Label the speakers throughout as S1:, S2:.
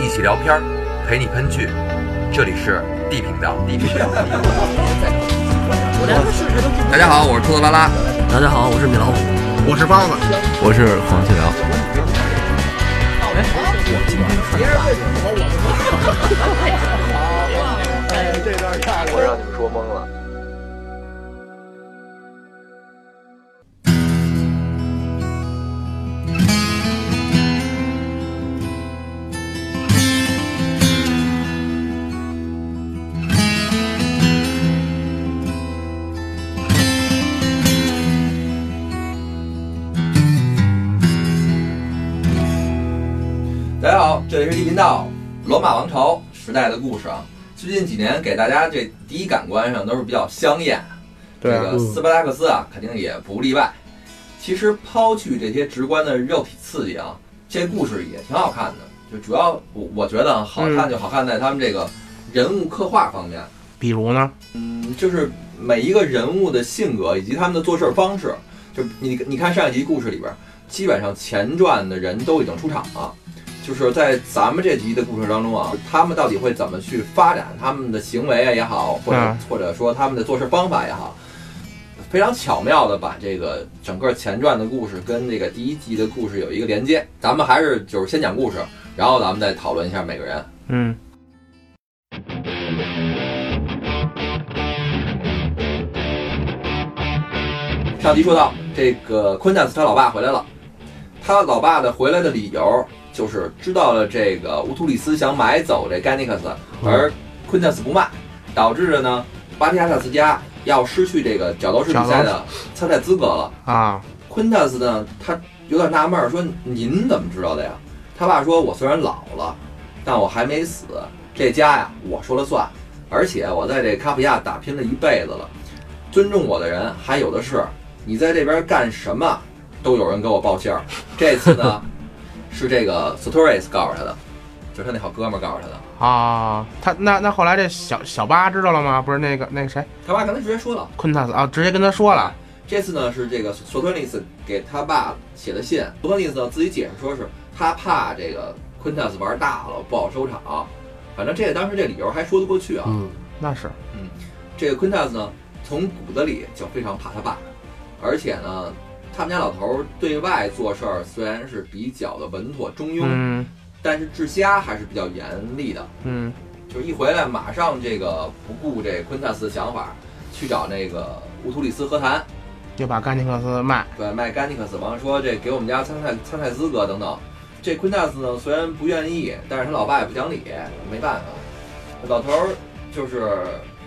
S1: 一起聊片儿，陪你喷剧，这里是 D 频道。D 频道。大家好，我是兔子拉拉。
S2: 大家好，我是米老虎。
S3: 我是包子，
S4: 我是黄旭辽，
S3: 我让你们说懵了。
S1: 大家好，这里是 D 频道。罗马王朝时代的故事啊，最近几年给大家这第一感官上都是比较香艳，
S3: 对
S1: 这
S3: 啊，
S1: 个斯巴达克斯啊，肯定也不例外。其实抛去这些直观的肉体刺激啊，这故事也挺好看的。就主要我我觉得啊好看就好看在他们这个人物刻画方面，啊
S3: 比如呢？
S1: 嗯，就是每一个人物的性格以及他们的做事方式。就你你看上一集故事里边，基本上前传的人都已经出场了，就是在咱们这集的故事当中啊，他们到底会怎么去发展他们的行为啊也好，或者、
S3: 嗯
S1: 或者说他们的做事方法也好，非常巧妙的把这个整个前传的故事跟这个第一集的故事有一个连接。咱们还是就是先讲故事，然后咱们再讨论一下每个人。
S3: 嗯，
S1: 上集说到这个昆纳斯他老爸回来了，他老爸的回来的理由就是知道了这个乌图里斯想买走这甘尼克斯，而昆纳斯不卖，导致着呢巴提亚塔斯加要失去这个角斗士比赛的参赛资格了。
S3: 啊，
S1: 昆纳斯呢，他有点纳闷儿，说您怎么知道的呀？他爸说，我虽然老了，但我还没死，这家呀我说了算，而且我在这卡普亚打拼了一辈子了，尊重我的人还有的是，你在这边干什么都有人给我报信儿。 这次呢，是这个 Sotoris 告诉他的，就是他那好哥们儿告诉他的。
S3: 啊，他那那后来这小小八知道了吗？不是那个那个谁，
S1: 他爸刚才直接说了，
S3: 昆塔斯啊，直接跟他说了。
S1: 这次呢是这个索托尼斯给他爸写的信，索托尼斯呢自己解释说是他怕这个昆塔斯玩大了不好收场，反正这个当时这理由还说得过去啊。
S2: 嗯，
S3: 那是
S1: 这个昆塔斯呢从骨子里就非常怕他爸，而且呢他们家老头儿对外做事儿虽然是比较的稳妥中庸，
S3: 嗯
S1: 但是治家还是比较严厉的。
S3: 嗯
S1: 就是一回来马上这个不顾这昆塔斯的想法，去找那个乌图里斯和谈。
S3: 就把甘尼克斯卖，
S1: 对，麦甘尼克死亡说这给我们家参赛参赛资格等等。这昆纳斯呢，虽然不愿意，但是他老爸也不讲理，没办法。老头儿就是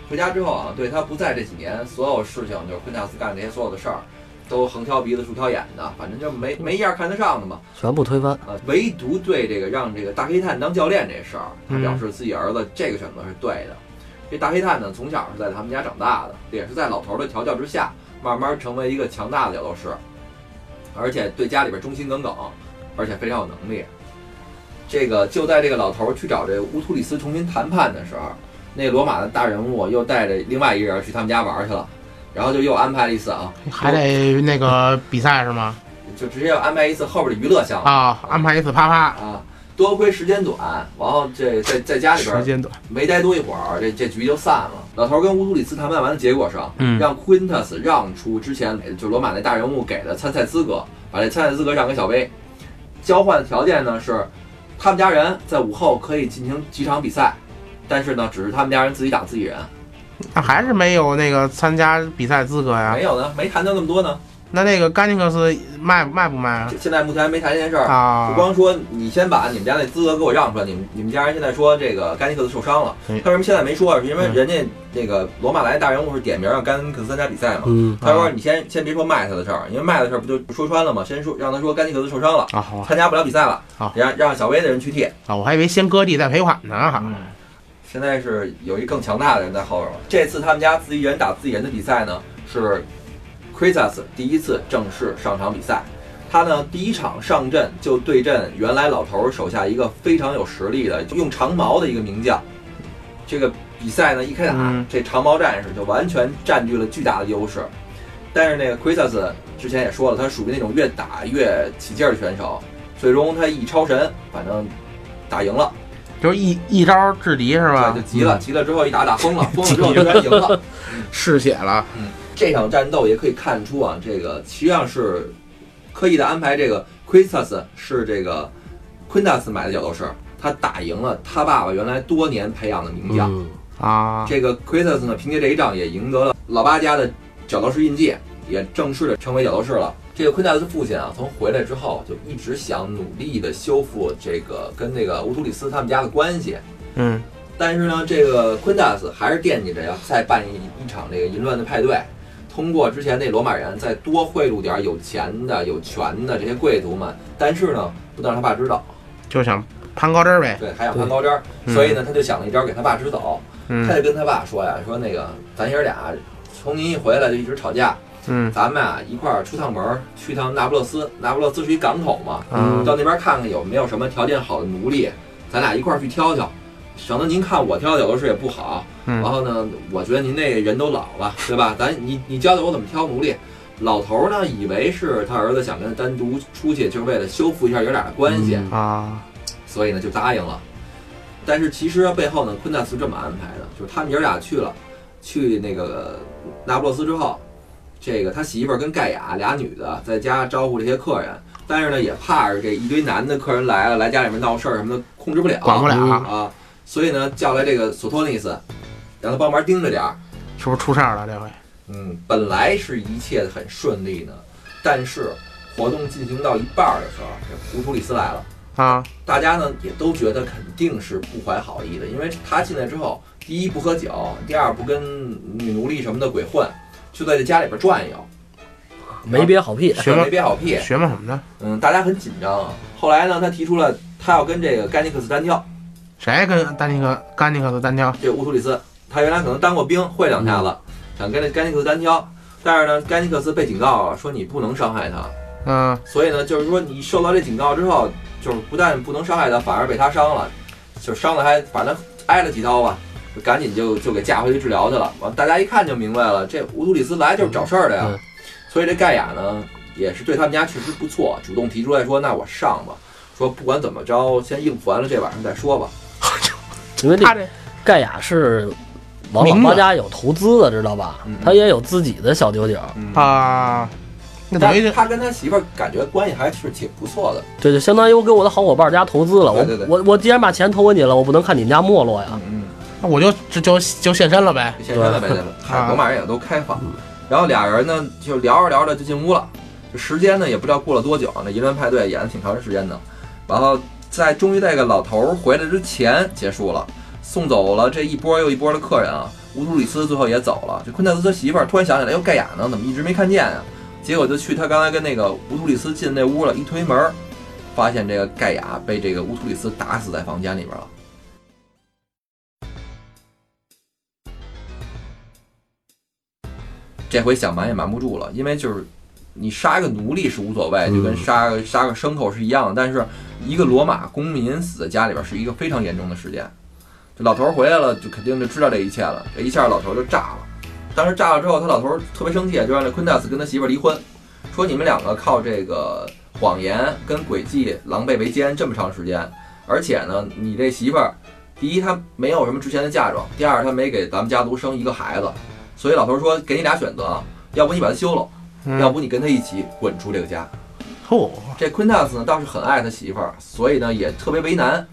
S1: 回家之后啊，对他不在这几年，所有事情就是昆纳斯干这些所有的事儿，都横挑鼻子竖挑眼的，反正就没没一样看得上的嘛。
S2: 全部推翻。
S1: 啊，唯独对这个让这个大黑炭当教练这事儿，他
S2: 嗯
S1: 表示自己儿子这个选择是对的。这大黑炭呢，从小是在他们家长大的，也是在老头儿的调教之下，慢慢成为一个强大的角斗士，而且对家里边忠心耿耿，而且非常有能力。这个就在这个老头儿去找这乌图里斯重新谈判的时候，那罗马的大人物又带着另外一个人去他们家玩儿去了，然后就又安排了一次啊，
S3: 还得那个比赛是吗？
S1: 就直接安排一次后边的娱乐项目。
S3: 啊，安排一次啪啪，
S1: 啊，多亏时间短，然后这在在家里边
S3: 时
S1: 儿
S3: 间短。
S1: 没待多一会儿，这这局就散了。老头儿跟乌苏里斯谈判完的结果上，
S3: 嗯
S1: 让 Quintus 让出之前就罗马那大人物给的参赛资格，把这参赛资格让给小威。交换的条件呢是，他们家人在午后可以进行几场比赛，但是呢，只是他们家人自己打自己人。
S3: 那还是没有那个参加比赛资格呀
S1: 没。有呢，没谈到那么多呢。
S3: 那那个甘尼克斯卖卖不卖啊？
S1: 这现在目前还没谈这件事儿。
S3: 啊
S1: 不，光说你先把你们家那资格给我让出来，你们你们家人现在说这个甘尼克斯受伤了，他
S3: 嗯
S1: 为什么现在没说？是因为
S3: 嗯
S1: 人家那个罗马来大人物是点名让甘尼克斯参加比赛嘛。
S2: 嗯，
S1: 他说你先先别说卖他的事儿，因为卖的事儿不就说穿了吗？先说让他说甘尼克斯受伤了，
S3: 啊好
S1: 参加不了比赛了
S3: 好，
S1: 让让小威的人去替。
S3: 啊，我还以为先割地再赔款呢，哈。
S1: 现在是有一更强大的人在后边了。这次他们家自己人打自己人的比赛呢，是 c r i s a s 第一次正式上场比赛。他呢第一场上阵就对阵原来老头儿手下一个非常有实力的用长矛的一个名将。这个比赛呢一开打，
S3: 嗯
S1: 这长矛战士就完全占据了巨大的优势。但是那个 Chrisas 之前也说了，他属于那种越打越起劲儿的选手，最终他一超神，反正打赢了，
S3: 就是一一招制敌是吧？
S1: 对，就急了，急了之后一打打疯了，疯了之后就算赢 了。
S3: 嗯，嗜血了，
S1: 这场战斗也可以看出啊，这个实际上是刻意的安排，这个 Chrisas 是这个 Quintus 买的角斗士，他打赢了他爸爸原来多年培养的名将。
S2: 嗯，
S3: 啊，
S1: 这个 Kratos 呢，凭借这一仗也赢得了老八家的角斗士印记，也正式的成为角斗士了。这个昆达斯父亲啊，从回来之后就一直想努力的修复这个跟那个乌图里斯他们家的关系，
S3: 嗯
S1: 但是呢，这个昆达斯还是惦记着要再办一一场这个淫乱的派对，通过之前那罗马人再多贿赂点有钱的、有权的这些贵族们，但是呢，不能让他爸知道，
S3: 就想攀高枝儿呗，
S1: 对，还想攀高枝儿，
S3: 嗯
S1: 所以呢，他就想了一招给他爸支走。他
S3: 嗯
S1: 就跟他爸说呀，说那个咱爷儿俩从您一回来就一直吵架，
S3: 嗯
S1: 咱们啊一块儿出趟门儿，去趟那不勒斯，那不勒斯是一港口嘛，
S3: 啊
S1: 到那边看看有没有什么条件好的奴隶，咱俩一块儿去挑挑。省得您看我挑的角斗士也不好，然
S3: 嗯
S1: 后呢，我觉得您那人都老了，对吧？咱你你教教我怎么挑奴隶。老头儿呢，以为是他儿子想跟他单独出去，就是为了修复一下爷儿俩的关系，
S2: 嗯
S3: 啊，
S1: 所以呢就答应了。但是其实啊背后呢，昆纳斯这么安排的，就是他们爷儿俩去了，去那个那不勒斯之后，这个他媳妇儿跟盖亚俩女的在家招呼这些客人，但是呢也怕是这一堆男的客人来了，来家里面闹事儿什么的，控制不了，
S3: 管不了
S2: 嗯，
S1: 啊，所以呢叫来这个索托尼斯，让他帮忙盯着点儿。
S3: 是不是出事儿了这回？
S1: 嗯，本来是一切很顺利呢，但是活动进行到一半儿的时候，这胡图里斯来了。
S3: 啊，
S1: 大家呢也都觉得肯定是不怀好意的，因为他进来之后，第一不喝酒，第二不跟女奴隶什么的鬼混，就在这家里边转悠，
S3: 啊
S2: 没憋好屁，
S3: 学嘛
S1: 没憋好屁。
S3: 学嘛什么的，
S1: 嗯，大家很紧张啊。后来呢，他提出了他要跟这个甘尼克斯单挑，
S3: 谁跟丹尼克甘尼克斯单挑？
S1: 这乌图里斯，他原来可能当过兵，会两下子，想跟这甘尼克斯单挑，但是呢，甘尼克斯被警告了，说你不能伤害他，
S3: 嗯
S1: 所以呢，就是说你受到这警告之后，就是不但不能伤害他，反而被他伤了，就伤了还反正挨了几刀吧，就赶紧就就给架回去治疗去了。完，大家一看就明白了，这乌图里斯来就是找事儿的呀。
S2: 嗯嗯
S1: 所以这盖亚呢，也是对他们家确实不错，主动提出来说，那我上吧，说不管怎么着，先应付完了这晚上再说吧。
S2: 因为这
S3: 他这
S2: 盖亚是往老八家有投资的，知道吧
S1: 嗯嗯？
S2: 他也有自己的小九九，
S1: 嗯，
S3: 啊，那等于
S1: 但
S3: 是
S1: 他跟他媳妇儿感觉关系还是挺不错的。
S2: 这就相当于我给我的好伙伴家投资了。
S1: 对对对
S2: 我我我既然把钱投给你了，我不能看你们家没落呀。
S1: 嗯。
S3: 那我就就就就现身了呗。
S1: 现身了呗，对吧？
S3: 啊
S1: 看罗马人也都开放，然后俩人呢就聊着聊着就进屋了，这时间呢也不知道过了多久，那淫乱派对演了挺长时间的，然后在终于在这个老头儿回来之前结束了，送走了这一波又一波的客人啊，乌图里斯最后也走了，这昆特斯他媳妇儿突然想起来，哟哎盖亚呢，怎么一直没看见啊？结果就去他刚才跟那个乌图里斯进那屋了，一推门儿，发现这个盖亚被这个乌图里斯打死在房间里边了。这回想瞒也瞒不住了，因为就是你杀一个奴隶是无所谓，
S2: 嗯
S1: 就跟杀个杀个牲口是一样的，但是一个罗马公民死在家里边是一个非常严重的事件。这老头儿回来了，就肯定就知道这一切了，这一下老头儿就炸了。当时炸了之后，他老头儿特别生气，就让这昆达斯跟他媳妇儿离婚，说你们两个靠这个谎言跟诡计狼狈为奸这么长时间，而且呢，你这媳妇儿，第一她没有什么之前的嫁妆，第二她没给咱们家族生一个孩子，所以老头儿说给你俩选择啊，要不你把她休了，
S3: 嗯
S1: 要不你跟她一起滚出这个家。
S3: 嚯，
S1: 这昆达斯呢倒是很爱他媳妇儿，所以呢也特别为难，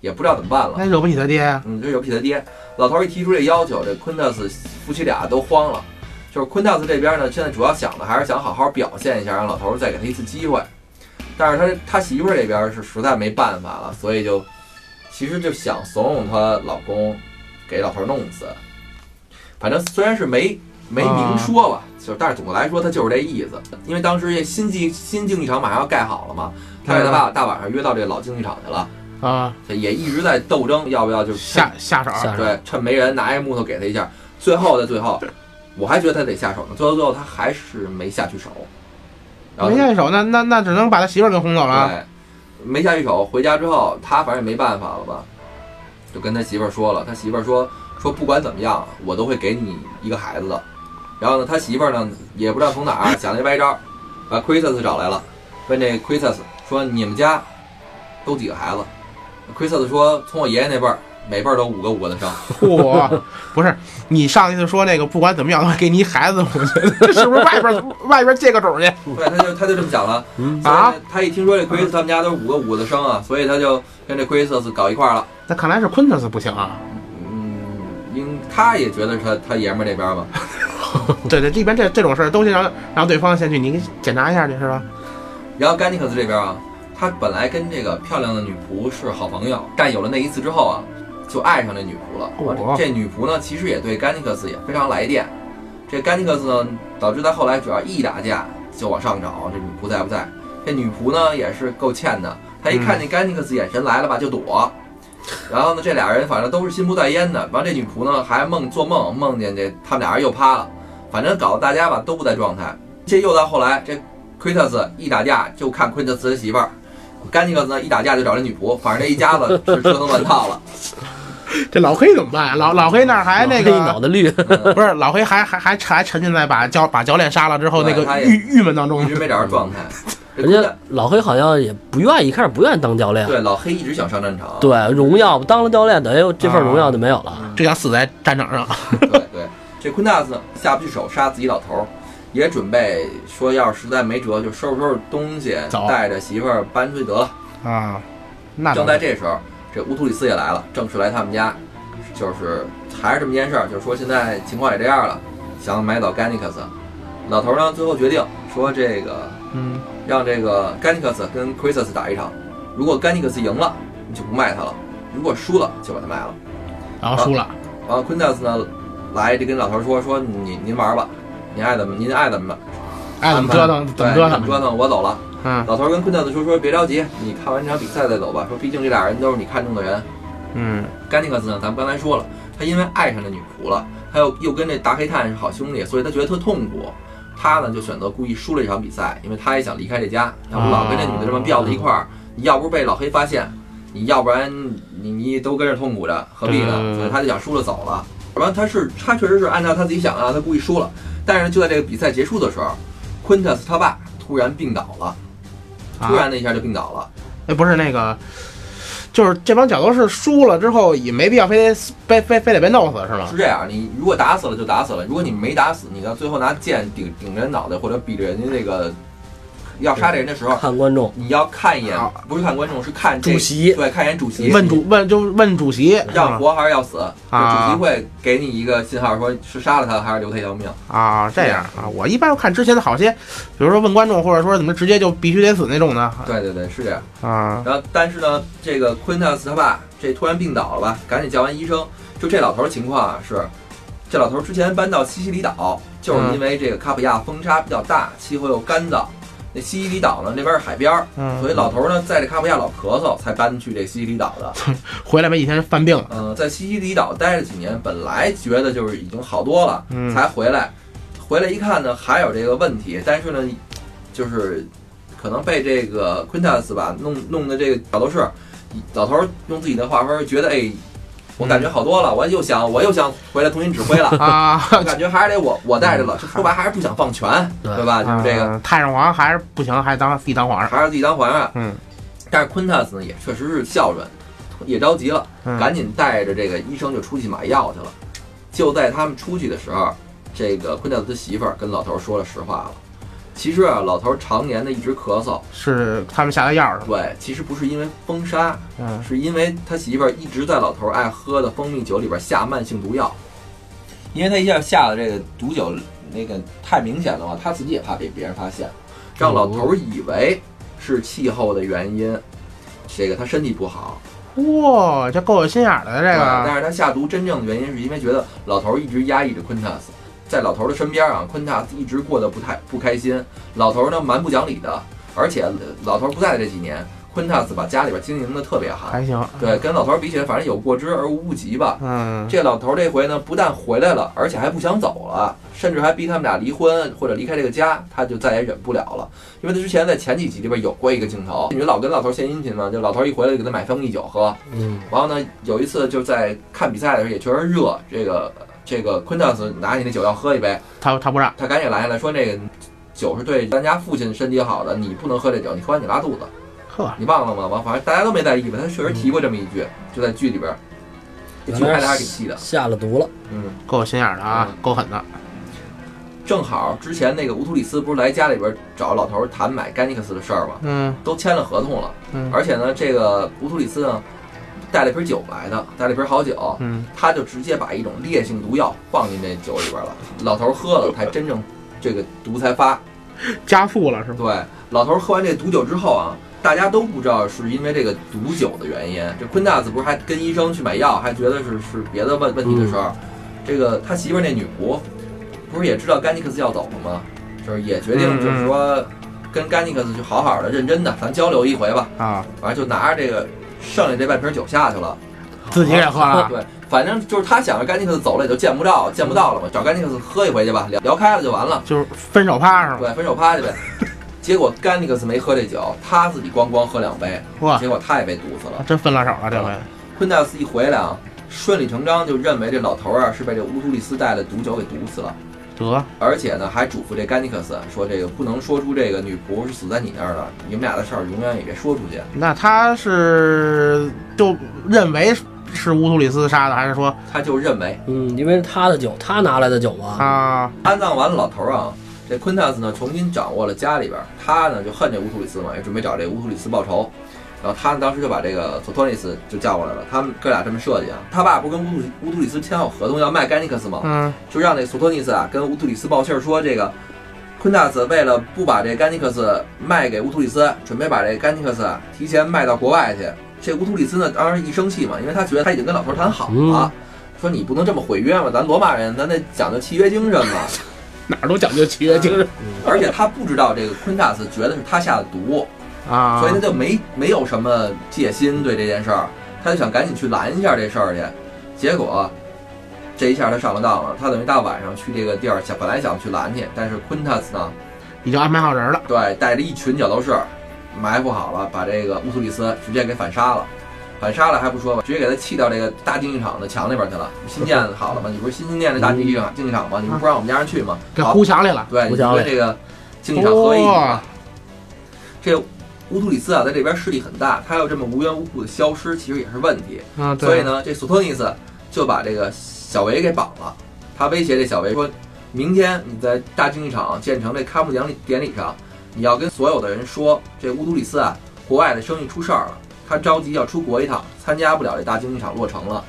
S1: 也不知道怎么办了。
S3: 那惹不起他爹呀。
S1: 嗯，这有比他爹。老头儿一提出这要求，这昆特斯夫妻俩都慌了。就是昆特斯这边呢，现在主要想的还是想好好表现一下，让老头儿再给他一次机会。但是他他媳妇儿这边是实在没办法了，所以就其实就想怂恿她老公给老头儿弄死。反正虽然是没没明说吧，就但是总的来说他就是这意思。因为当时这新竞新竞技场马上要盖好了嘛，他给他爸大晚上约到这老竞技场去了，
S3: 啊，
S1: 也一直在斗争要不要就是
S3: 下下手，
S2: 下
S1: 对，趁没人拿一木头给他一下。最后的最后，我还觉得他得下手呢，最后最后他还是没下去手，然后
S3: 没下手，那那那只能把他媳妇儿给轰走了。
S1: 对，没下去手。回家之后，他反正也没办法了吧，就跟他媳妇儿说了，他媳妇儿说说不管怎么样，我都会给你一个孩子的。然后呢，他媳妇儿呢也不知道从哪儿想了一歪招，把 Quitus 找来了，问这 Quitus 说：“你们家都几个孩子？”Quitus 说：“从我爷爷那辈儿，每辈儿都五个五个的生。
S3: 嚯，不是你上一次说那个不管怎么样都会给你一孩子，我觉得是不是外边外边借个种去”
S1: 对，他就他就这么想了。
S2: 嗯
S1: 所以
S3: 啊
S1: 呢？他一听说这 Quitus 他们家都是五个五个的生啊，所以他就跟这 Quitus 搞一块儿了。
S3: 那看来是昆特斯不行啊。
S1: 嗯，因他也觉得是他他爷们儿这边儿嘛。
S3: 对对，一般这这种事儿都先让让对方先去，你给检查一下去是吧？
S1: 然后甘尼克斯这边啊，他本来跟这个漂亮的女仆是好朋友，但有了那一次之后啊，就爱上这女仆了。
S3: 哦
S1: 这女仆呢，其实也对甘尼克斯也非常来电。这甘尼克斯呢，导致他后来只要一打架就往上找这女仆在不在。这女仆呢也是够欠的，她一
S2: 嗯
S1: 看这甘尼克斯眼神来了吧就躲。然后呢，这俩人反正都是心不在焉的。完，这女仆呢还梦做梦梦见这他们俩人又趴了，反正搞得大家吧都不在状态。这又到后来，这奎特斯一打架就看奎特斯的媳妇儿，甘尼克斯呢一打架就找这女仆，反正这一家子是折腾乱套了。
S3: 这老黑怎么办、老老黑那儿
S1: 哎
S3: 还那
S2: 一脑
S3: 个
S2: 袋绿，
S1: 嗯
S3: 不是老黑还还还还沉浸在把教把教练杀了之后那
S1: 对
S3: 个
S1: 他也
S3: 郁郁闷当
S1: 一
S3: 中
S1: 直。没找着状态。这
S2: 人
S1: 奎
S2: 家
S1: 特
S2: 老黑好像也不愿意，一开始不愿意当教练。
S1: 对老黑一直想上战场，
S2: 对，荣耀当了教练，等于这份荣
S1: 啊
S2: 耀就没有了。
S3: 就想死在战场上，
S1: 对对，这昆纳斯下不去手杀自己老头儿，也准备说要是实在没辙就收拾收拾东西，
S3: 走
S1: 带着媳妇儿搬出去得了。
S3: 啊，那
S1: 正
S3: 倒
S1: 在
S3: 是
S1: 这时候，这乌图里斯也来了，正式来他们家，就是还是这么件事儿，就是说现在情况也这样了，想买走甘尼克斯。老头儿呢，最后决定说这个
S3: 嗯，
S1: 让这个甘尼克斯跟 c h r i s 打一场，如果甘尼克斯赢了，你就不卖他了；如果输了，就把他卖了。
S3: 然后输
S1: 啊
S3: 了，
S1: 然后昆特斯呢，来这跟老头儿说说你您玩吧，您爱怎么您爱怎么
S3: 爱哎怎么折腾怎么
S1: 啊对
S3: 折
S1: 怎么折
S3: 腾，
S1: 腾，我走了。
S3: 嗯
S1: 老头儿跟昆特斯说说别着急，你看完这场比赛再走吧。说毕竟这俩人都是你看中的人。
S3: 嗯，
S1: 甘尼克斯呢，咱们刚才说了，他因为爱上这女仆了，他又又跟这大黑炭是好兄弟，所以他觉得特痛苦。他呢就选择故意输了一场比赛，因为他也想离开这家，要不老跟这女的这么吊在一块儿，你要不是被老黑发现，你要不然你你都跟着痛苦着，何必呢？
S3: 嗯
S1: 所以他就想输了走了。要不然他是他确实是按照他自己想的，他故意输了。但是就在这个比赛结束的时候，昆特斯他爸突然病倒了，
S3: 啊
S1: 突然那一下就病倒了。
S3: 哎，不是那个，就是这帮角斗士输了之后也没必要非得非非非得被弄死是吗
S1: 是？这样，你如果打死了就打死了，如果你没打死，你到最后拿剑顶顶着人脑袋或者比着人家那个要杀这人的时候，
S2: 看观众，
S1: 你要看一眼
S3: 好，
S1: 不是看观众，是看这
S2: 主席
S1: 对，看一眼主席，
S3: 问主问就问主席是
S1: 要
S3: 吗？
S1: 活还是要死，就主
S3: 啊
S1: 席会给你一个信号，说是杀了他还是留他一条命。
S3: 啊，这样啊，我一般看之前的好些，比如说问观众或者说怎么直接就必须得死那种的
S1: 对对对，是这样。
S3: 啊，
S1: 然后但是呢，这个昆特斯他爸这突然病倒了吧，赶紧叫完医生。就这老头儿情况啊是，这老头儿之前搬到西西里岛，就是因为这个卡普亚风沙比较大，气候又干燥。那西西里岛呢，那边是海边儿，所
S3: 嗯，
S1: 以老头儿呢在这卡普亚老咳嗽，才搬去这西西里岛的。
S3: 回来没几天犯病了，
S1: 嗯、在西西里岛待了几年，本来觉得就是已经好多了，
S3: 嗯。
S1: 才回来。回来一看呢，还有这个问题，但是呢，就是可能被这个昆塔斯吧弄弄的这个角斗士，老头儿用自己的话说觉得，哎，我感觉好多了，我又想我又想回来重新指挥了
S3: 啊，
S1: 我感觉还是得我我带着了，
S3: 嗯
S1: 说白还是不想放权，
S2: 对
S1: 对吧？就是这个，
S3: 啊太上皇还是不行，还是当自己当皇上，
S1: 还是自己当皇上。
S3: 嗯，
S1: 但是昆塔斯呢也确实是孝顺，也着急了，
S3: 嗯
S1: 赶紧带着这个医生就出去买药去了。就在他们出去的时候，这个昆特斯的媳妇儿跟老头儿说了实话了。其实啊，老头儿常年的一直咳嗽，
S3: 是他们下的药是吧？
S1: 对，其实不是因为风沙，
S3: 嗯，
S1: 是因为他媳妇儿一直在老头儿爱喝的蜂蜜酒里边下慢性毒药，因为他一下下的这个毒酒那个太明显的话，他自己也怕被别人发现，让老头儿以为是气候的原因，这个他身体不好，
S3: 哇，这够有心眼儿的这
S1: 啊
S3: 个，
S1: 但是他下毒真正的原因是因为觉得老头儿一直压抑着昆塔斯，在老头儿的身边啊，昆塔斯一直过得不太不开心。老头儿呢蛮不讲理的，而且呃老头儿不在的这几年，昆塔斯把家里边经营的特别好，
S3: 还行，
S1: 对，跟老头儿比起来，反正有过之而无不及吧。
S3: 嗯，
S1: 这老头儿这回呢，不但回来了，而且还不想走了，甚至还逼他们俩离婚或者离开这个家，他就再也忍不了了。因为他之前在前几集里边有过一个镜头，你们老跟老头儿献殷勤嘛，就老头儿一回来就给他买蜂蜜酒喝，
S2: 嗯，
S1: 然后呢，有一次就在看比赛的时候也确实热，这个这个昆特斯拿你那酒要喝一杯，
S3: 他他不让，
S1: 他赶紧拦下来说那个酒是对咱家父亲身体好的，你不能喝这酒，你喝完你拉肚子。
S3: 呵，
S1: 你忘了吗？完，反正大家都没在意吧。他确实提过这么一句，就在剧里边儿，这
S2: 原
S1: 剧拍的还
S2: 来
S1: 是挺细的。
S2: 下了毒了，
S1: 嗯，
S3: 够心眼儿的啊
S1: 嗯，
S3: 够狠的。
S1: 正好之前那个乌图里斯不是来家里边找老头儿谈买甘尼克斯的事儿吗？
S3: 嗯
S1: 都签了合同了，
S3: 嗯
S1: 而且呢，这个乌图里斯呢带了瓶酒来的，带了瓶好酒，
S3: 嗯，
S1: 他就直接把一种烈性毒药放进这酒里边了。老头儿喝了才真正这个毒才发。
S3: 嗯加速了是吗？
S1: 对，老头儿喝完这毒酒之后啊，大家都不知道是因为这个毒酒啊的原因。这昆大子不是还跟医生去买药，还觉得是是别的问问题的时候，这个他媳妇儿那女仆，不是也知道甘尼克斯要走了吗？就是也决定就是说跟甘尼克斯就好好的、认真的，咱交流一回吧。
S3: 啊，
S1: 反正就拿着这个剩下这半瓶酒下去了。
S3: 自己也喝 了。
S1: 对，反正就是他想着甘尼克斯走了也就见不着，见不到了嘛，找甘尼克斯喝一回去吧，聊聊开了就完了。
S3: 就是分手趴是吗？
S1: 对，分手趴去呗。 结果甘尼克斯没喝这酒，他自己咣咣喝两杯，
S3: 哇，
S1: 结果他也被毒死了。
S3: 真分了手了这
S1: 啊
S3: 回。
S1: 昆戴斯一回来啊，顺理成章就认为这老头儿啊是被这乌苏利斯带的毒酒给毒死了，
S3: 得，
S1: 而且呢还嘱咐这甘尼克斯说这个不能说出这个女仆是死在你那儿的，你们俩的事儿永远也别说出去。
S3: 那他是就认为是乌图里斯杀的，还是说
S1: 他就认为
S2: 嗯，因为是他的酒，他拿来的酒嘛，
S3: 啊
S1: 安葬完了老头儿啊，这昆特斯呢重新掌握了家里边儿，他呢就恨这乌图里斯嘛，也准备找这乌图里斯报仇。然后他呢当时就把这个索托尼斯就叫过来了，他们哥俩这么设计啊，他爸不是跟乌图乌图里斯签好合同要卖甘尼克斯吗？
S3: 嗯
S1: 就让那索托尼斯啊跟乌图里斯报信儿说这个。昆大斯为了不把这甘尼克斯卖给乌图里斯，准备把这甘尼克斯啊提前卖到国外去。这乌图里斯呢，当时一生气嘛，因为他觉得他已经跟老头儿谈好了，说你不能这么毁约嘛，咱罗马人咱得讲究契约精神嘛。
S3: 哪儿都讲究契约精神
S1: 而且他不知道这个昆大斯觉得是他下的毒，
S3: 啊
S1: 所以他就没没有什么戒心对这件事儿，他就想赶紧去拦一下这事儿去。结果这一下他上了当了，他等于大晚上去这个地儿想本来想去拦去，但是昆塔斯呢，
S3: 已经安排好人了。
S1: 对，带着一群角斗士埋伏好了，把这个乌苏里斯直接给反杀了。反杀了还不说吧，直接给他气到这个大竞技场的墙那边去了。新建好了吗？你不是新建的大竞技场竞技场吗？你不是不让我们家人去吗？
S3: 给
S1: 好
S3: 呼墙里了，
S1: 对，你
S2: 不讲
S1: 跟
S2: 理
S1: 这个竞技场合一起
S3: 哇
S1: 吧。这乌图里斯啊，在这边势力很大，他要这么无缘无故的消失，其实也是问题。
S3: 嗯，对
S1: 所以，呢，这索托尼斯就把这个小维给绑了，他威胁这小维说，明天你在大竞技场建成这开幕典礼典礼上，你要跟所有的人说，这乌图里斯啊，国外的生意出事儿了，他着急要出国一趟，参加不了这大竞技场落成了。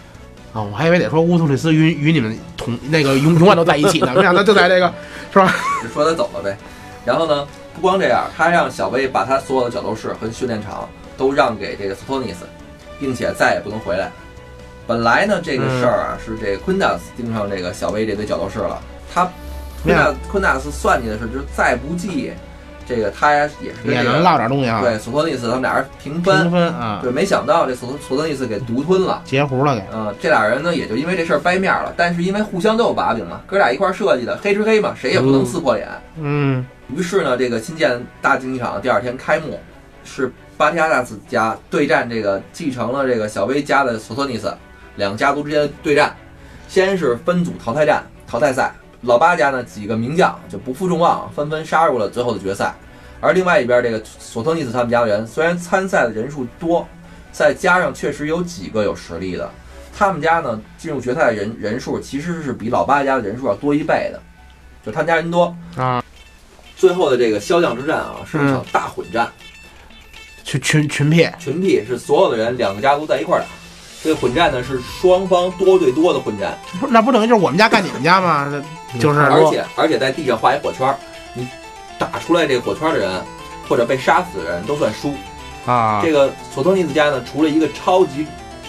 S3: 啊，我还以为得说乌图里斯与与你们同那个永永远都在一起 呢，没想到就在这个
S1: 就说他走了呗。然后呢，不光这样，他还让小威把他所有的角斗士和训练场都让给这个斯托尼斯，并且再也不能回来。本来呢，这个
S3: 嗯
S1: 事儿啊、是这昆达斯盯上这个小威这堆角斗士了，他昆达昆达斯算计的是，就是再不济，这个他也是跟这
S3: 也能
S1: 个
S3: 落点东西啊，
S1: 对索托尼斯他们俩人平
S3: 平
S1: 分，
S3: 分啊，
S1: 对，没想到这索索托尼斯给独吞了。
S3: 截胡了给。
S1: 嗯，这俩人呢也就因为这事儿掰面了，但是因为互相都有把柄嘛，哥俩一块儿设计的，黑吃黑嘛，谁也不能
S2: 嗯
S1: 撕破脸。
S3: 嗯，
S1: 于是呢，这个新建大竞技场第二天开幕，是巴提亚纳斯家对战这个继承了这个小威家的索托尼斯，两家族之间的对战，先是分组淘汰战淘汰赛，老八家呢几个名将就不负众望，纷纷杀入了最后的决赛。而另外一边这个索托尼斯他们家的人，虽然参赛的人数多，再加上确实有几个有实力的，他们家呢进入决赛的人人数其实是比老八家的人数要多一倍的，就他们家人多。
S3: 啊，
S1: 最后的这个骁将之战啊，是一场大混战，
S3: 群群群骗，
S1: 群 P 是所有的人两个家族在一块儿打。这个混战呢是双方多对多的混战，
S3: 不那不等于就是我们家干你们家吗？这就是
S1: 而
S3: 说
S1: 且而且在地上画一火圈儿，你打出来这个火圈儿的人或者被杀死的人都算输。
S3: 啊，
S1: 这个索托尼斯家呢，除了一个超级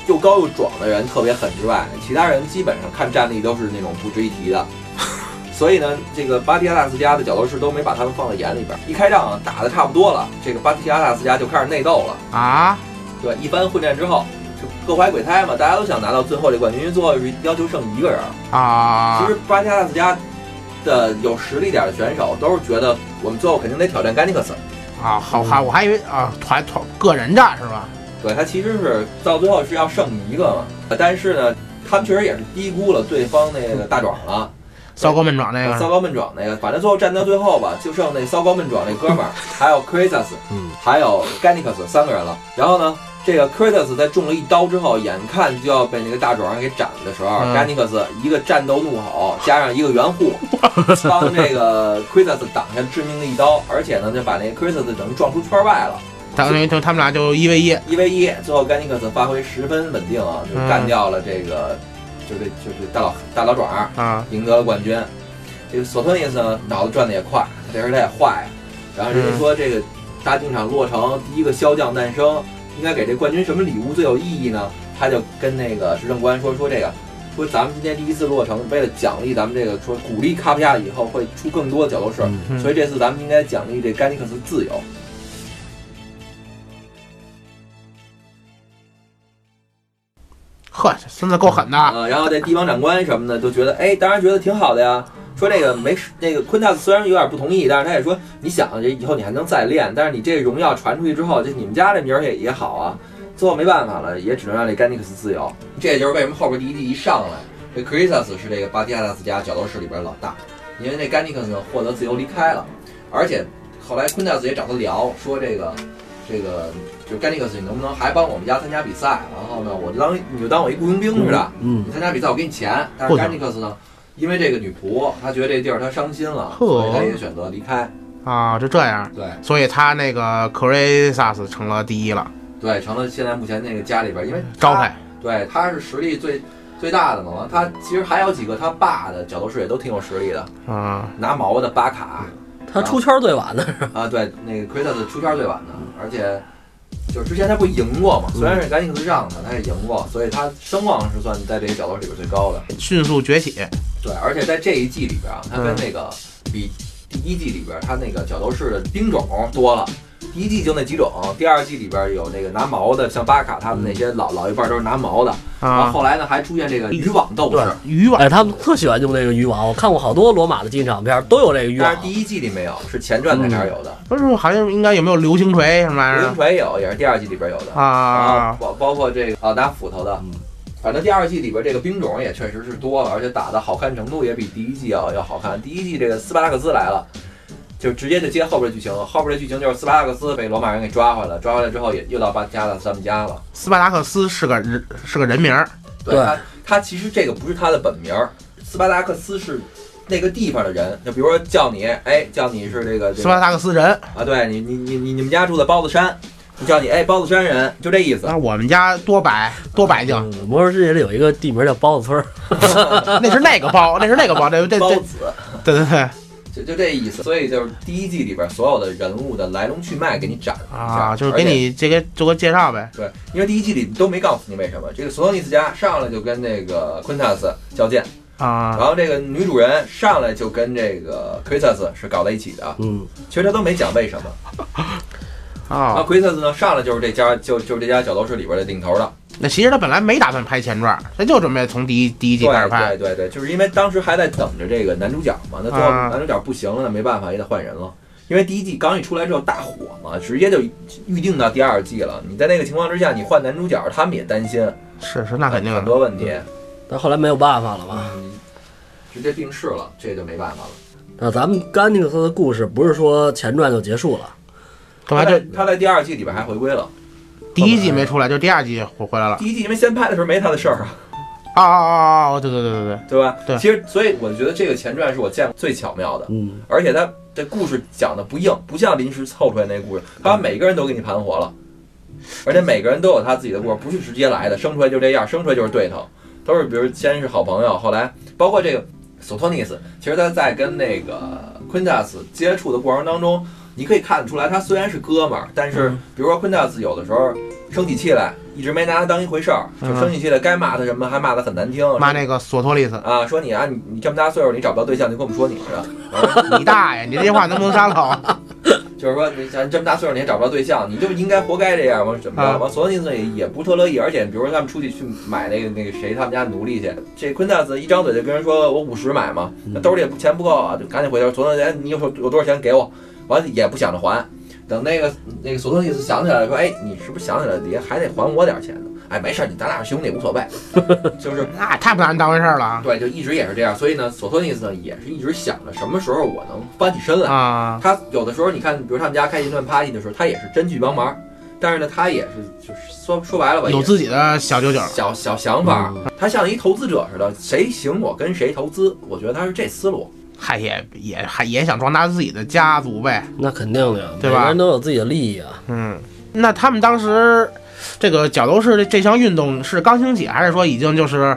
S1: 又高又壮的人特别狠之外，其他人基本上看战力都是那种不值一提的。所以呢，这个巴提亚纳斯家的角斗士都没把他们放在眼里边儿。一开仗啊打的差不多了，这个巴提亚纳斯家就开始内斗了。
S3: 啊，
S1: 对，一番混战之后，就各怀鬼胎嘛，大家都想拿到最后这冠军，因为最后是要求剩一个人。
S3: 啊，
S1: 其实巴加拉斯加的有实力点的选手都是觉得我们最后肯定得挑战甘尼克斯，
S3: 啊，好哈，我还以为啊团团个人战是吧？
S1: 呃对他其实是到最后是要剩一个嘛，但是呢，他们确实也是低估了对方那个大壮了，
S3: 骚高闷壮那
S1: 骚
S3: 个，
S1: 高闷壮那个，反正最后战到最后吧，就剩那骚高闷壮那哥们 儿，还有 Kratos，
S2: 嗯，
S1: 还有 g a n i c u s 三个人了。然后呢，这个 Kratos 在中了一刀之后，眼看就要被那个大壮给斩的时候、
S3: 嗯
S1: g a n i c u s 一个战斗怒吼，加上一个圆 护，帮这个 Kratos 挡下致命的一刀，而且呢，就把那个 Kratos 等于撞出圈外了。
S3: 他等于就他们俩就一 v 一，
S1: 一 v 一，最后 g a n i c u s 发挥十分稳定啊，就
S3: 嗯
S1: 干掉了这个，就是就是大老大老壮儿。
S3: 啊，
S1: 赢得了冠军。这个索托尼斯呢，脑子转的也快，他这人他也坏。然后人家说这个大定场落成第一个骁将诞生，应该给这冠军什么礼物最有意义呢？他就跟那个执政官说说这个，说咱们今天第一次落成，为了奖励咱们这个说鼓励卡普亚以后会出更多的角斗士，
S2: 嗯
S1: 所以这次咱们应该奖励这甘尼克斯自由。
S3: 呵，这孙子够狠的，
S1: 啊、然后这地方长官什么的都觉得，哎，当然觉得挺好的呀。说那个没事，那个昆大斯虽然有点不同意，但是他也说，你想这以后你还能再练，但是你这荣耀传出去之后，这你们家这名儿也也好啊。最后没办法了，也只能让这甘尼克斯自由。这也就是为什么后边第一季一上来，这克里斯斯是这个巴迪亚达斯家角斗士里边老大，因为这甘尼克斯呢获得自由离开了，而且后来昆大斯也找他聊，说这个这个就甘尼克斯你能不能还帮我们家参加比赛？然后呢，我就当你就当啊我一雇佣兵似的，
S2: 嗯
S1: 你，参加比赛我给你钱，但是
S3: 不行
S1: 甘尼克斯呢，因为这个女仆，他觉得这地儿他伤心了，
S3: 呵
S1: 所以他也选择离开。
S3: 啊，就这样，
S1: 对
S3: 所以他那个 c r a s a s 成了第一了，
S1: 对，成了现在目前那个家里边，因为他
S3: 招牌，
S1: 对他是实力最最大的嘛。他其实还有几个他爸的角斗士也都挺有实力的，
S3: 啊，
S1: 拿毛的巴卡
S2: 他出圈最晚的，
S1: 啊，对，那个奎特斯出圈最晚的，而且。就是之前他不赢过
S3: 嗯
S1: 嘛，虽然是甘尼克斯让他，他也赢过，所以他声望是算在这个角斗士里边最高的。
S3: 迅速崛起，
S1: 对，而且在这一季里边啊，它跟
S3: 嗯
S1: 那个比第一季里边，它那个角斗士的兵种多了。第一季就那几种，第二季里边有那个拿毛的，像巴卡他们那些老老一辈都是拿毛的。然后
S3: 啊，
S1: 后来呢，还出现这个渔网斗士，
S3: 渔网
S2: 哎，他们特喜欢用这个渔网，我看过好多罗马的进场片都有这个渔
S1: 但是。
S2: 网
S1: 第一季里没有，是前传那啥有的。
S3: 不是好像应该有没有流星锤什么玩
S1: 流
S3: 意
S1: 星
S3: 儿
S1: 锤有，也是第二季里边有的。
S3: 啊
S1: 啊，
S3: 啊？
S1: 包包括这个啊拿斧头的
S2: 嗯，
S1: 反正第二季里边这个兵种也确实是多了，而且打的好看程度也比第一季要要好看。第一季这个斯巴达克斯来了，就直接就接后边的剧情了，后边的剧情就是斯巴达克斯被罗马人给抓回来，抓回来之后也又到巴加的他们家了。
S3: 斯巴达克斯是个人是个人名儿
S1: 对
S2: 对
S1: 他，他其实这个不是他的本名儿，斯巴达克斯是那个地方的人，就比如说叫你，哎，叫你是这个这
S3: 斯
S1: 个
S3: 巴达克斯人，
S1: 啊，对你你你你你们家住在包子山，你叫你哎包子山人，就这意思。
S3: 那我们家多白多白净，
S2: 嗯魔兽世界里有一个地名叫包子村儿，嗯
S3: 那是那个包，那是那个包，这这
S1: 嗯包
S3: 这，
S1: 子。
S3: 对对对
S1: 就就这意思。所以就是第一季里边所有的人物的来龙去脉给你展了一下
S3: 啊，就是给
S1: 而且
S3: 你这个做个介绍呗，
S1: 对，因为第一季里都没告诉你为什么这个索诺尼斯家上来就跟那个昆塔斯较劲，
S3: 啊
S1: 然后这个女主人上来就跟这个奎特斯是搞在一起的，
S2: 嗯，
S1: 其实他都没讲为什么。然后
S3: 啊，
S1: 奎特斯呢上来就是这家就就是这家角斗士里边的领头的，
S3: 那其实他本来没打算拍前传，他就准备从第一第一季
S1: 对
S3: 开始拍，
S1: 对对对，就是因为当时还在等着这个男主角嘛，那最后
S3: 啊
S1: 男主角不行了，那没办法也得换人了。因为第一季刚一出来之后大火嘛，直接就预定到第二季了。你在那个情况之下，你换男主角，他们也担心，
S3: 是是那肯定
S1: 很
S3: 的，
S1: 多问题，
S2: 但后来没有办法了嘛。
S1: 直接定式了，这就没办法了。
S2: 那咱们甘尼克斯的故事不是说前传就结束了，
S3: 干嘛
S1: 他在
S3: 就
S1: 他在第二季里边还回归了，
S3: 第一季没出来，就第二季回回来了，
S1: 第一季因为先拍的时候没他的事儿啊，
S3: 啊啊啊啊！对对对对对，
S1: 对吧？
S3: 对
S1: 其实所以我觉得这个前传是我见过最巧妙的，
S2: 嗯，
S1: 而且他的故事讲的不硬，不像临时凑出来那故事，他把每个人都给你盘活了，而且每个人都有他自己的故事，不是直接来的，生出来就这样，生出来就是对头，都是比如先是好朋友，后来包括这个索托尼斯，其实他在跟那个昆达斯接触的过程当中，你可以看得出来，他虽然是哥们儿，但是
S3: 嗯
S1: 比如说昆达斯有的时候生起气来，一直没拿他当一回事儿，就
S3: 嗯
S1: 生起气来该骂他什么还骂得很难听，
S3: 骂那个索托 利斯，
S1: 啊说你啊你你这么大岁数你找不到对象就跟我们说你似的。然后
S3: 你大爷！你这些话能不能删了 啊？
S1: 就是说，你咱这么大岁数你也找不着对象，你就应该活该这样吗？怎么
S3: 啊
S1: 着？完，索尼斯也也不是特乐意，而且比如说他们出去去买那个那个谁他们家奴隶去，这昆达斯一张嘴就跟人说我五十买嘛，那兜里也钱不够啊，就赶紧回头，索托尼斯哎你有有多少钱给我？完了也不想着还，等那个那个索托尼斯想起来了，说哎你是不是想起来也还得还我点钱呢？哎，没事儿，你咱俩是兄弟无所谓， 就是
S3: 那太不拿人当回事儿了啊
S1: 对，就一直也是这样。所以呢，索托尼斯呢也是一直想着什么时候我能翻起身来。
S3: 啊！
S1: 他有的时候，你看，比如他们家开一顿 party 的时候，他也是真去帮忙，但是呢，他也是就是说说白了吧，
S3: 有
S1: 也
S3: 自己的小九九，
S1: 小小想法
S2: 嗯，
S1: 他像一投资者似的，谁行我跟谁投资，我觉得他是这思路。
S3: 嗨，也也还也想壮大自己的家族呗。
S2: 那肯定的呀，
S3: 对吧
S2: 每个人都有自己的利益啊。
S3: 嗯，那他们当时这个角斗士这这项运动是刚兴起，还是说已经就是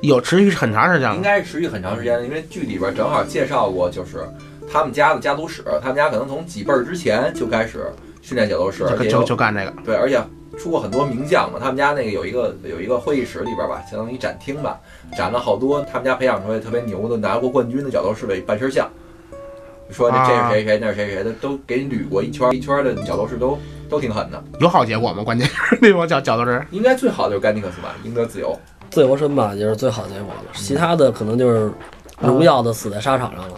S3: 有持续很长时间
S1: 应
S3: 了？
S1: 该是持续很长时间的，因为剧里边正好介绍过，就是他们家的家族史，他们家可能从几辈儿之前就开始训练角斗士，
S3: 就
S1: 而且
S3: 就
S1: 有
S3: 就就干这个
S1: 对，而且出过很多名将嘛。他们家那个有一个有一个会议室里边吧，相当于展厅吧，展了好多他们家培养出来特别牛的拿过冠军的角斗士的半身像。说这这是
S3: 啊
S1: 谁谁，那是谁谁的，都给你捋过一圈一圈的角斗士都都挺狠的。
S3: 有好结果吗？关键是 那帮角角斗士，
S1: 应该最好的就是甘尼克斯吧，赢得自由。
S2: 自由身吧，就是最好结果了，其他的可能就是荣耀的死在沙场上了。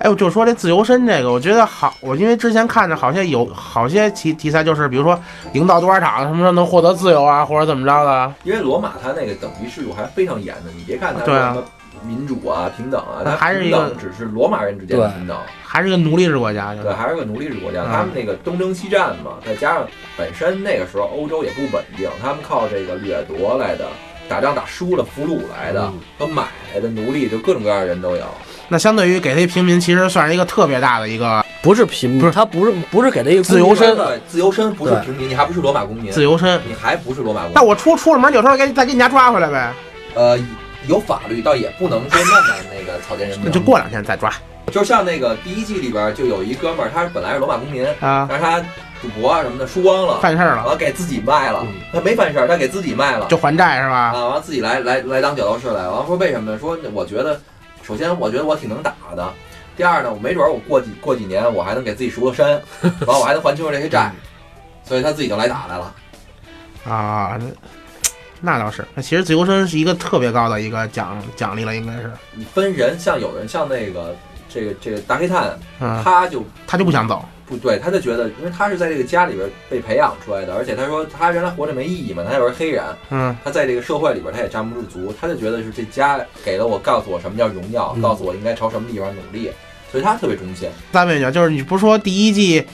S3: 哎，我就说这自由身这个，我觉得好，我因为之前看着好些有好些题题材，就是比如说赢到多少场，什么时候能获得自由啊，或者怎么着的。
S1: 因为罗马它那个等级制度还非常严的，你别看它
S3: 对
S1: 什
S3: 啊
S1: 么民主啊、平等啊，它
S3: 还是
S1: 平
S3: 一个
S1: 等只是罗马人之间的平等，
S3: 还是个奴隶制国家，就
S1: 对，
S3: 是
S1: 还是个奴隶制国家。
S3: 嗯
S1: 他们那个东征西战嘛，再加上本身那个时候欧洲也不稳定，他们靠这个掠夺来的。打仗打输了，俘虏来的
S2: 嗯
S1: 和买来的奴隶，就各种各样的人都有。
S3: 那相对于给这些平民，其实算是一个特别大的一个
S2: 不是贫民，
S3: 不是
S2: 嗯他不是不是给他一个
S3: 自由身
S2: 公民
S1: 对，自由身不是
S2: 对
S1: 平民，你还不是罗马公民，
S3: 自由身。
S1: 你还不是罗马公民
S3: 那。我出出了门有时候给再给你家抓回来呗，
S1: 呃，有法律，倒也不能说那么那个草菅人
S3: 那
S1: 命。
S3: 就过两天再抓
S1: 就像那个第一季里边就有一哥们儿，他本来是罗马公民，
S3: 啊，
S1: 但是他赌博啊什么的输光了，
S3: 犯事
S1: 完
S3: 儿了
S1: 了给自己卖了，
S2: 嗯
S1: 他没犯事儿，他给自己卖了
S3: 就还债是
S1: 啊，
S3: 吧？
S1: 完了自己来来来当角斗士来，完了说为什么呢？说我觉得，首先我觉得我挺能打的，第二呢，我没准儿我过几过几年我还能给自己赎个身， 完了我还能还清楚这些债，所以他自己就来打来了。
S3: 啊，那那倒是，那其实自由身是一个特别高的一个奖奖励了，应该是，
S1: 你分人，像有人像那个这个这个大黑炭，
S3: 嗯，
S1: 他就
S3: 他就不想走，
S1: 不对，他就觉得，因为他是在这个家里边被培养出来的，而且他说他原来活着没意义嘛，他又是黑人，
S3: 嗯，
S1: 他在这个社会里边他也站不住足，他就觉得是这家给了我，告诉我什么叫荣耀，
S2: 嗯
S1: 告诉我应该朝什么地方努力，所以他特别忠心。
S3: 三位角就是你不是说第一季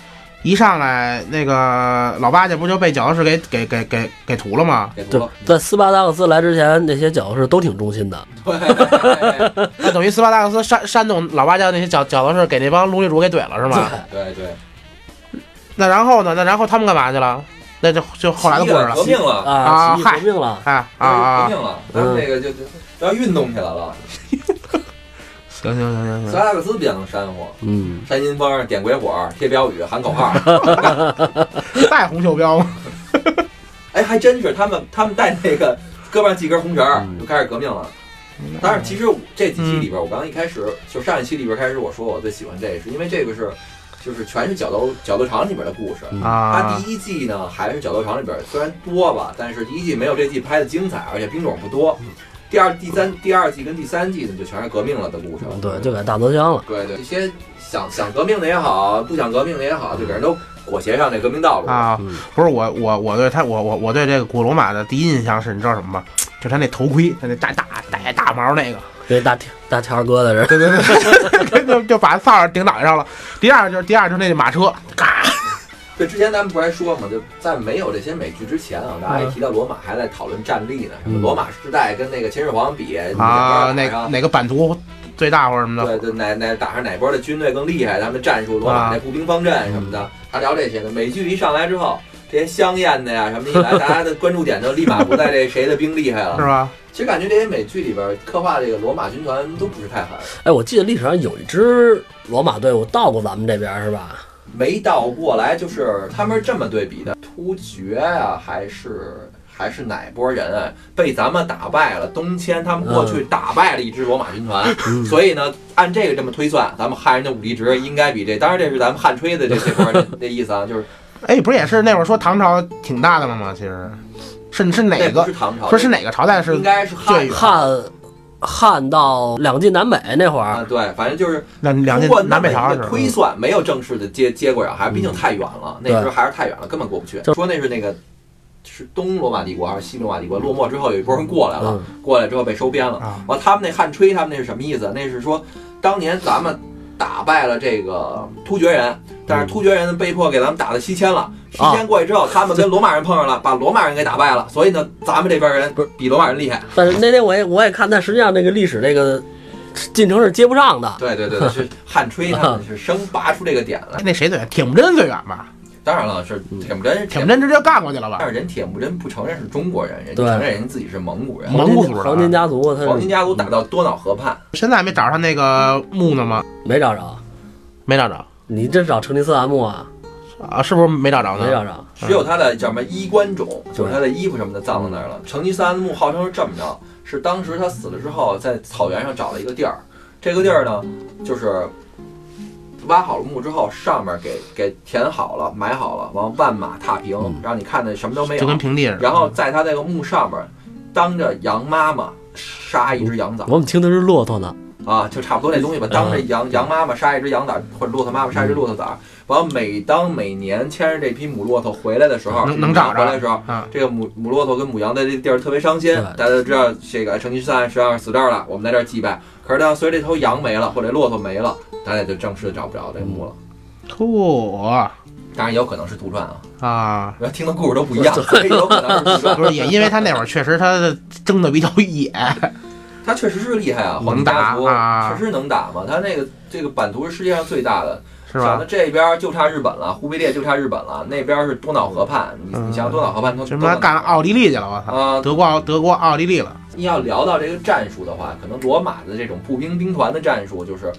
S3: 一上来那个老八家不就被角斗士给给给给给屠了吗？
S1: 给足
S2: 对
S1: 了，，
S2: 在斯巴达克斯来之前，那些角斗士都挺忠心的。
S1: 对
S3: 那等于斯巴达克斯煽煽动老八家那些角角斗士给那帮奴隶主给怼了是吗？
S1: 对对，
S3: 那然后呢？那然后他们干嘛去了？那就就后来的故事了
S1: 起义革命了，
S2: 啊，
S3: 啊
S2: 起义
S3: 嗨
S2: 革命了，
S3: 哎啊啊！
S1: 起义革命了，他们那个就就要运动起来了。
S3: 行行行行
S1: 斯
S3: 行，
S1: 拉克斯比较能煽乎，
S2: 嗯，
S1: 煽阴风、点鬼火、贴标语、喊口号，
S3: 带红袖标吗？
S1: 哎，还真是他们他们带那个胳膊上系根红绳儿
S2: 嗯
S1: 就开始革命了。
S3: 嗯
S1: 但是其实这几期里边，我刚刚一开始就上一期里边开始我说我最喜欢这个，是因为这个是就是全是角斗角斗场里边的故事。它
S3: 啊，
S1: 第一季呢还是角斗场里边虽然多吧，但是第一季没有这季拍的精彩，而且兵种不多。
S3: 嗯
S1: 第二、第三、第二季跟第三季呢就全是革命了的故事了。
S2: 嗯对，就给大泽乡了。
S1: 对对，一些想想革命的也好，不想革命的也好，就给人都裹挟上这革命道路。
S3: 啊
S2: 嗯，
S3: 不是我我我对他我我我对这个古罗马的第一印象是你知道什么吗？就他那头盔，他那大大大大毛那个，
S2: 这大条大条哥的人，
S3: 对对对，就就把萨尔顶脑袋上了。第二就是第二就是那马车，嘎，
S1: 对，之前咱们不是还说嘛，就在没有这些美剧之前
S3: 嗯
S1: 啊，大家一提到罗马，还在讨论战力呢，什么
S2: 嗯
S1: 罗马时代跟那个秦始皇比
S3: 啊，哪
S1: 哪
S3: 个
S1: 波
S3: 哪个版图最大或者什么
S1: 打
S3: 的，
S1: 对对哪哪打上哪波的军队更厉害，他们的战术，罗马
S3: 啊
S1: 那步兵方阵什么的，他聊这些的。美剧一上来之后，这些香艳的呀什么的一 来，大家的关注点就立马不在这谁的兵厉害
S3: 是
S1: 了。
S3: 吧？
S1: 其实感觉这些美剧里边刻画这个罗马军团都不是太狠，
S2: 哎，我记得历史上有一支罗马队伍到过咱们这边是吧？
S1: 没倒过来，就是他们是这么对比的：突厥啊，还是还是哪波人啊，被咱们打败了？东迁他们过去打败了一支罗马军团，
S2: 嗯，
S1: 所以呢，按这个这么推算，咱们汉人的武力值应该比这，当然这是咱们汉吹的这这波人的意思啊，就是
S3: 哎，不是也是那会儿说唐朝挺大的了吗？其实是是哪
S1: 那不
S3: 个
S1: 是唐朝，
S3: 不是是哪个朝代是
S1: 应该是汉
S3: 最
S2: 汉汉到两晋南北那会
S1: 啊，
S2: 儿，
S1: 对，反正就是
S3: 两两
S1: 通
S3: 晋
S1: 过那
S3: 南
S1: 么
S3: 北
S1: 一
S3: 朝
S1: 个
S3: 是吧？
S1: 推算，没有正式的接接过呀，还毕竟
S2: 嗯
S1: 太远了，那时候还是太远了，根本过不去。说那是那个是东罗马帝国还是西罗马帝国落寞之后，有一波人过来了，
S2: 嗯
S1: 过来之后被收编了。
S3: 啊，
S1: 完，他们那汉吹，他们那是什么意思？那是说，当年咱们打败了这个突厥人，但是突厥人被迫给咱们打的西迁了。西迁过去之后，他们跟罗马人碰上了，把罗马人给打败了。所以呢，咱们这边人
S2: 不是
S1: 比罗马人厉害。
S2: 但是那天我也我也看，但实际上那个历史这个进程是接不上的。
S1: 对对对，是 汉吹他们是生拔出这个点来。
S3: 那谁最远？铁木真最远吧？
S1: 当然了，是铁木真，
S3: 铁木真直接干过去了吧？
S1: 但是人铁木真不承认是中国人，人
S2: 对嗯
S1: 承认人自己是蒙古人。
S3: 蒙古族人
S2: 黄金家族，他
S1: 黄金
S2: 是
S1: 家族打到多瑙河畔，
S3: 现在还没找上那个墓呢吗？
S2: 没找着。
S3: 没找着
S2: 你这找成吉思汗墓啊？
S3: 啊？是不是没找着
S2: 没
S3: 呢？
S2: 找着。
S1: 只有他的叫什么衣冠冢，就是
S2: 对
S1: 他的衣服什么的葬在那儿了。成吉思汗的墓号称是这么着，是当时他死了之后，在草原上找了一个地儿，这个地儿呢，就是挖好了墓之后，上面给给填好了、埋好了，完后万马踏平，
S2: 嗯
S1: 让你看的什么都没
S3: 就跟
S1: 有。
S3: 平地似的。
S1: 然后在他那个墓上面，当着羊妈妈杀一只羊崽
S2: 我们听的是骆驼呢。
S1: 啊，就差不多那东西吧。当
S3: 嗯
S1: 着羊羊妈妈杀一只羊崽儿，或者骆驼妈妈杀一只骆驼崽儿。完后，每当每年牵着这匹母骆驼回来的时候，
S3: 能能找着
S1: 回来的时候，
S3: 啊，
S1: 这个母母骆驼跟母羊在这地儿特别伤心
S2: 对，
S1: 大家都知道这个成吉思汗实际上死这儿了，我们在这儿祭拜。可是当随着这头羊没了或者骆驼没了，大家就正式找不着这墓
S3: 嗯
S1: 了。
S3: 嚯
S1: 当然也有可能是杜撰啊，
S3: 啊！
S1: 因为听的故事都不一 样，所以有可能是杜撰。
S3: 不是也因为他那会儿确实他争的比较野，
S1: 他确实是厉害啊，黄
S3: 能
S1: 金
S3: 打
S1: 家族
S3: 啊
S1: 确实能打嘛。他那个这个版图是世界上最大的，
S3: 是
S1: 想
S3: 吧
S1: 到？这边就差日本了，忽必烈就差日本了，那边是多瑙河畔，你
S3: 嗯
S1: 你想多瑙河畔都
S3: 这他妈干了奥地利去了，我操！
S1: 啊！
S3: 德国奥德国奥地利了，
S1: 你要聊到这个战术的话，可能罗马的这种步兵兵团的战术就是，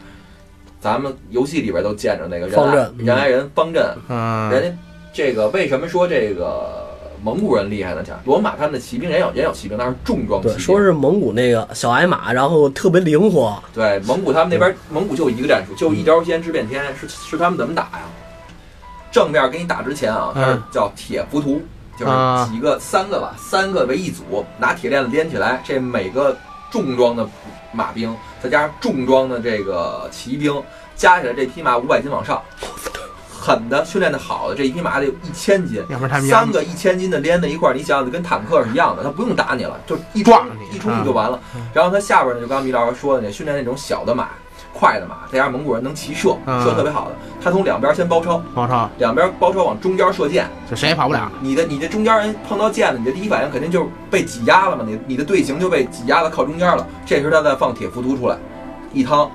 S1: 咱们游戏里边都见着那个人
S2: 方
S1: 挨
S2: 阵嗯
S1: 人挨人方阵，人
S3: 嗯，
S1: 家这个为什么说这个蒙古人厉害呢？讲罗马他们的骑兵也有也有骑兵，但是重装骑
S2: 对，
S1: 兵，
S2: 说是蒙古那个小矮马，然后特别灵活。
S1: 对蒙古他们那边蒙古就一个战术，就
S3: 嗯
S1: 一招先知变天，是是他们怎么打呀？正面给你打之前啊，
S3: 嗯
S1: 它是叫铁浮屠，就是
S3: 啊
S1: 几个三个吧，三个为一组，拿铁链子连起来，这每个重装的马兵再加上重装的这个骑兵，加起来这匹马五百斤往上。狠的训练的好的这一匹马得有一千斤，
S3: 要不然他们家
S1: 三个一千斤的连在一块儿，你想想，跟坦克是一样的，他不用打你了，就一
S3: 撞你嗯
S1: 一冲你就完了。然后他下边呢，就刚刚米老师说的那训练那种小的马、快的马，再加上蒙古人能骑射，
S3: 嗯
S1: 射特别好的，他从两边先包抄，
S3: 王超
S1: 两边包抄往中间射箭，
S3: 就谁也跑不了。
S1: 你的你的中间人碰到箭了，你的第一反应肯定就是被挤压了嘛，你你的队形就被挤压了，靠中间了。这时候他再放铁浮屠出来，一趟，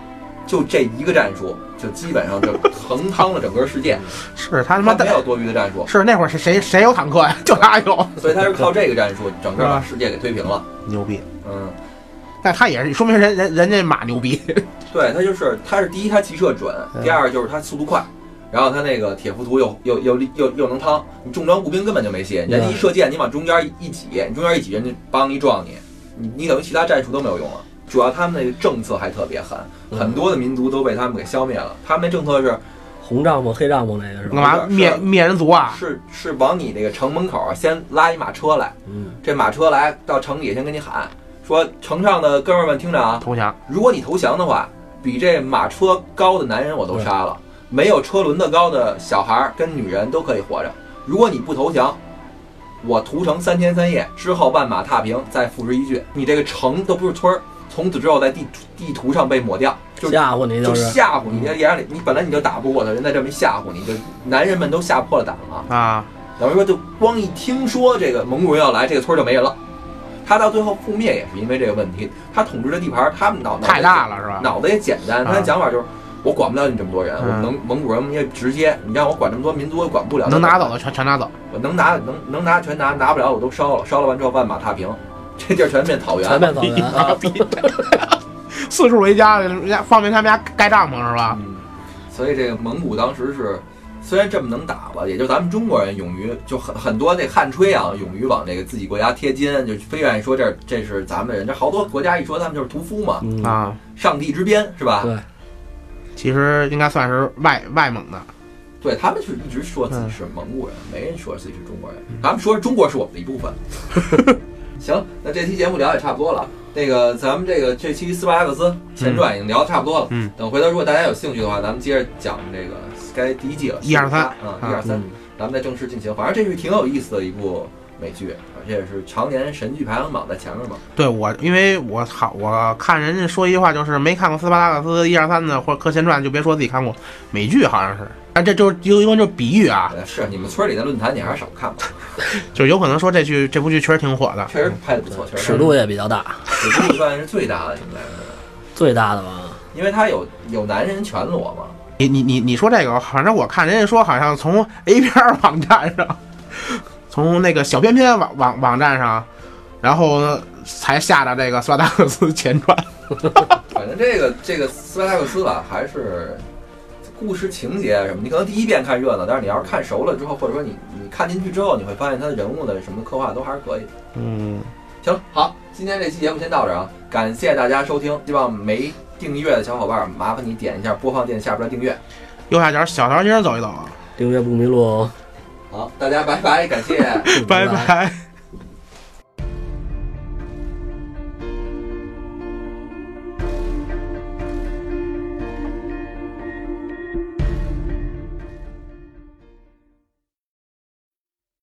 S1: 就这一个战术，就基本上就 横趟了整个世界，
S3: 是他他妈
S1: 嗯他没
S3: 的，
S1: 有多余的战术。
S3: 是那会儿谁谁谁有坦克呀？ 就他有，
S1: 所以他是靠这个战术，整个把世界给推平了。
S3: 牛逼。
S1: 嗯，
S3: 那他也是说明人人人家马牛逼，
S1: 对他就是，他是第一他骑射准，
S3: 嗯
S1: 第二就是他速度快，然后他那个铁浮屠又又又又又能趟，你重装步兵根本就没戏，人家一射箭，你往中间一挤，你中间一挤，人家帮一撞你，你你等于其他战术都没有用了。主要他们那个政策还特别狠，
S3: 嗯
S1: 很多的民族都被他们给消灭了。他们那政策是
S2: 红帐篷、黑帐篷那个是
S3: 干
S2: 吧？
S3: 嘛灭灭人族啊？
S1: 是是往你那个城门口先拉一马车来，
S2: 嗯，
S1: 这马车来到城里先跟你喊说，城上的哥们儿们听着啊，
S3: 投降
S1: 如果你投降的话，比这马车高的男人我都杀了，没有车轮子高的小孩儿跟女人都可以活着。如果你不投降，我屠城三天三夜之后万马踏平，再付之一炬。你这个城都不是村儿，从此之后在地地图上被抹掉，就是
S2: 吓唬你
S1: 就
S2: 就是。
S1: 吓唬你，也让你你本来你就打不过他，人在这么一吓唬你，就男人们都吓破了胆了。
S3: 啊！
S1: 等于说，就光一听说这个蒙古人要来，这个村儿就没人了。他到最后覆灭也是因为这个问题，他统治的地盘儿他们脑脑袋
S3: 太大了是吧？
S1: 脑袋也简单，他的
S3: 啊
S1: 讲法就是。我管不了你这么多人，
S3: 嗯
S1: 我们能蒙古人我们也直接，你让我管这么多民族，我也管不了。
S3: 能拿走的全全拿走，
S1: 我能拿能能拿全拿，拿不了我都烧了，烧了完之后万马踏平，这地儿全变草原。
S2: 全面草原，
S1: 啊，
S3: 四处为家，人家方便他们家盖帐篷是吧？
S1: 嗯，所以这个蒙古当时是虽然这么能打吧，也就咱们中国人勇于就很很多那汉吹啊，勇于往这个自己国家贴金，就非愿意说这儿这是咱们人。这好多国家一说他们就是屠夫嘛，
S2: 嗯，
S3: 啊，
S1: 上帝之鞭是吧？
S2: 对
S3: 其实应该算是外外蒙的，
S1: 对他们是一直说自己是蒙古人，没人说自己是中国人。他们说中国是我们的一部分。行，那这期节目聊也差不多了。那个，咱们这个这期斯巴达克斯前传已经聊得差不多了。
S3: 嗯，
S1: 等回头如果大家有兴趣的话，咱们接着讲这个该第一季了。
S3: 一二三
S1: 啊，一二三
S2: 嗯，
S1: 咱们再正式进行。反正这是挺有意思的一部美剧，而且是常年神剧排行榜在前面嘛。
S3: 对我，因为我好，我看人家说一句话，就是没看过《斯巴达克斯一二三》的或者《科前传》，就别说自己看过美剧，好像是。但这就是因为就是比喻啊，
S1: 呃是你们村里的论坛你还是少看吧，
S3: 就有可能说这剧这部剧确实挺火的。
S1: 确实拍的不错，确实
S2: 尺度也比较大，
S1: 尺度算是最大的应该是，
S2: 最大的吧，
S1: 因为他有有男人全裸嘛。
S3: 你你你你说这个，反正我看人家说好像从 A 片儿网站上， 从那个小片片网网网站上，然后呢才下的这个《斯巴达克斯前传》。
S1: 反正这个这个斯巴达克斯吧，还是故事情节啊什么，你可能第一遍看热闹，但是你要是看熟了之后，或者说你你看进去之后，你会发现他的人物的什么刻画都还是可以的。
S3: 嗯，
S1: 行，好，今天这期节目先到这儿啊，感谢大家收听，希望没订阅的小伙伴儿，麻烦你点一下播放键下边的订阅。
S3: 右下角小桃心儿走一走啊，
S2: 订阅不迷路哦。啊
S1: 好，大家拜拜，感谢。
S3: 拜拜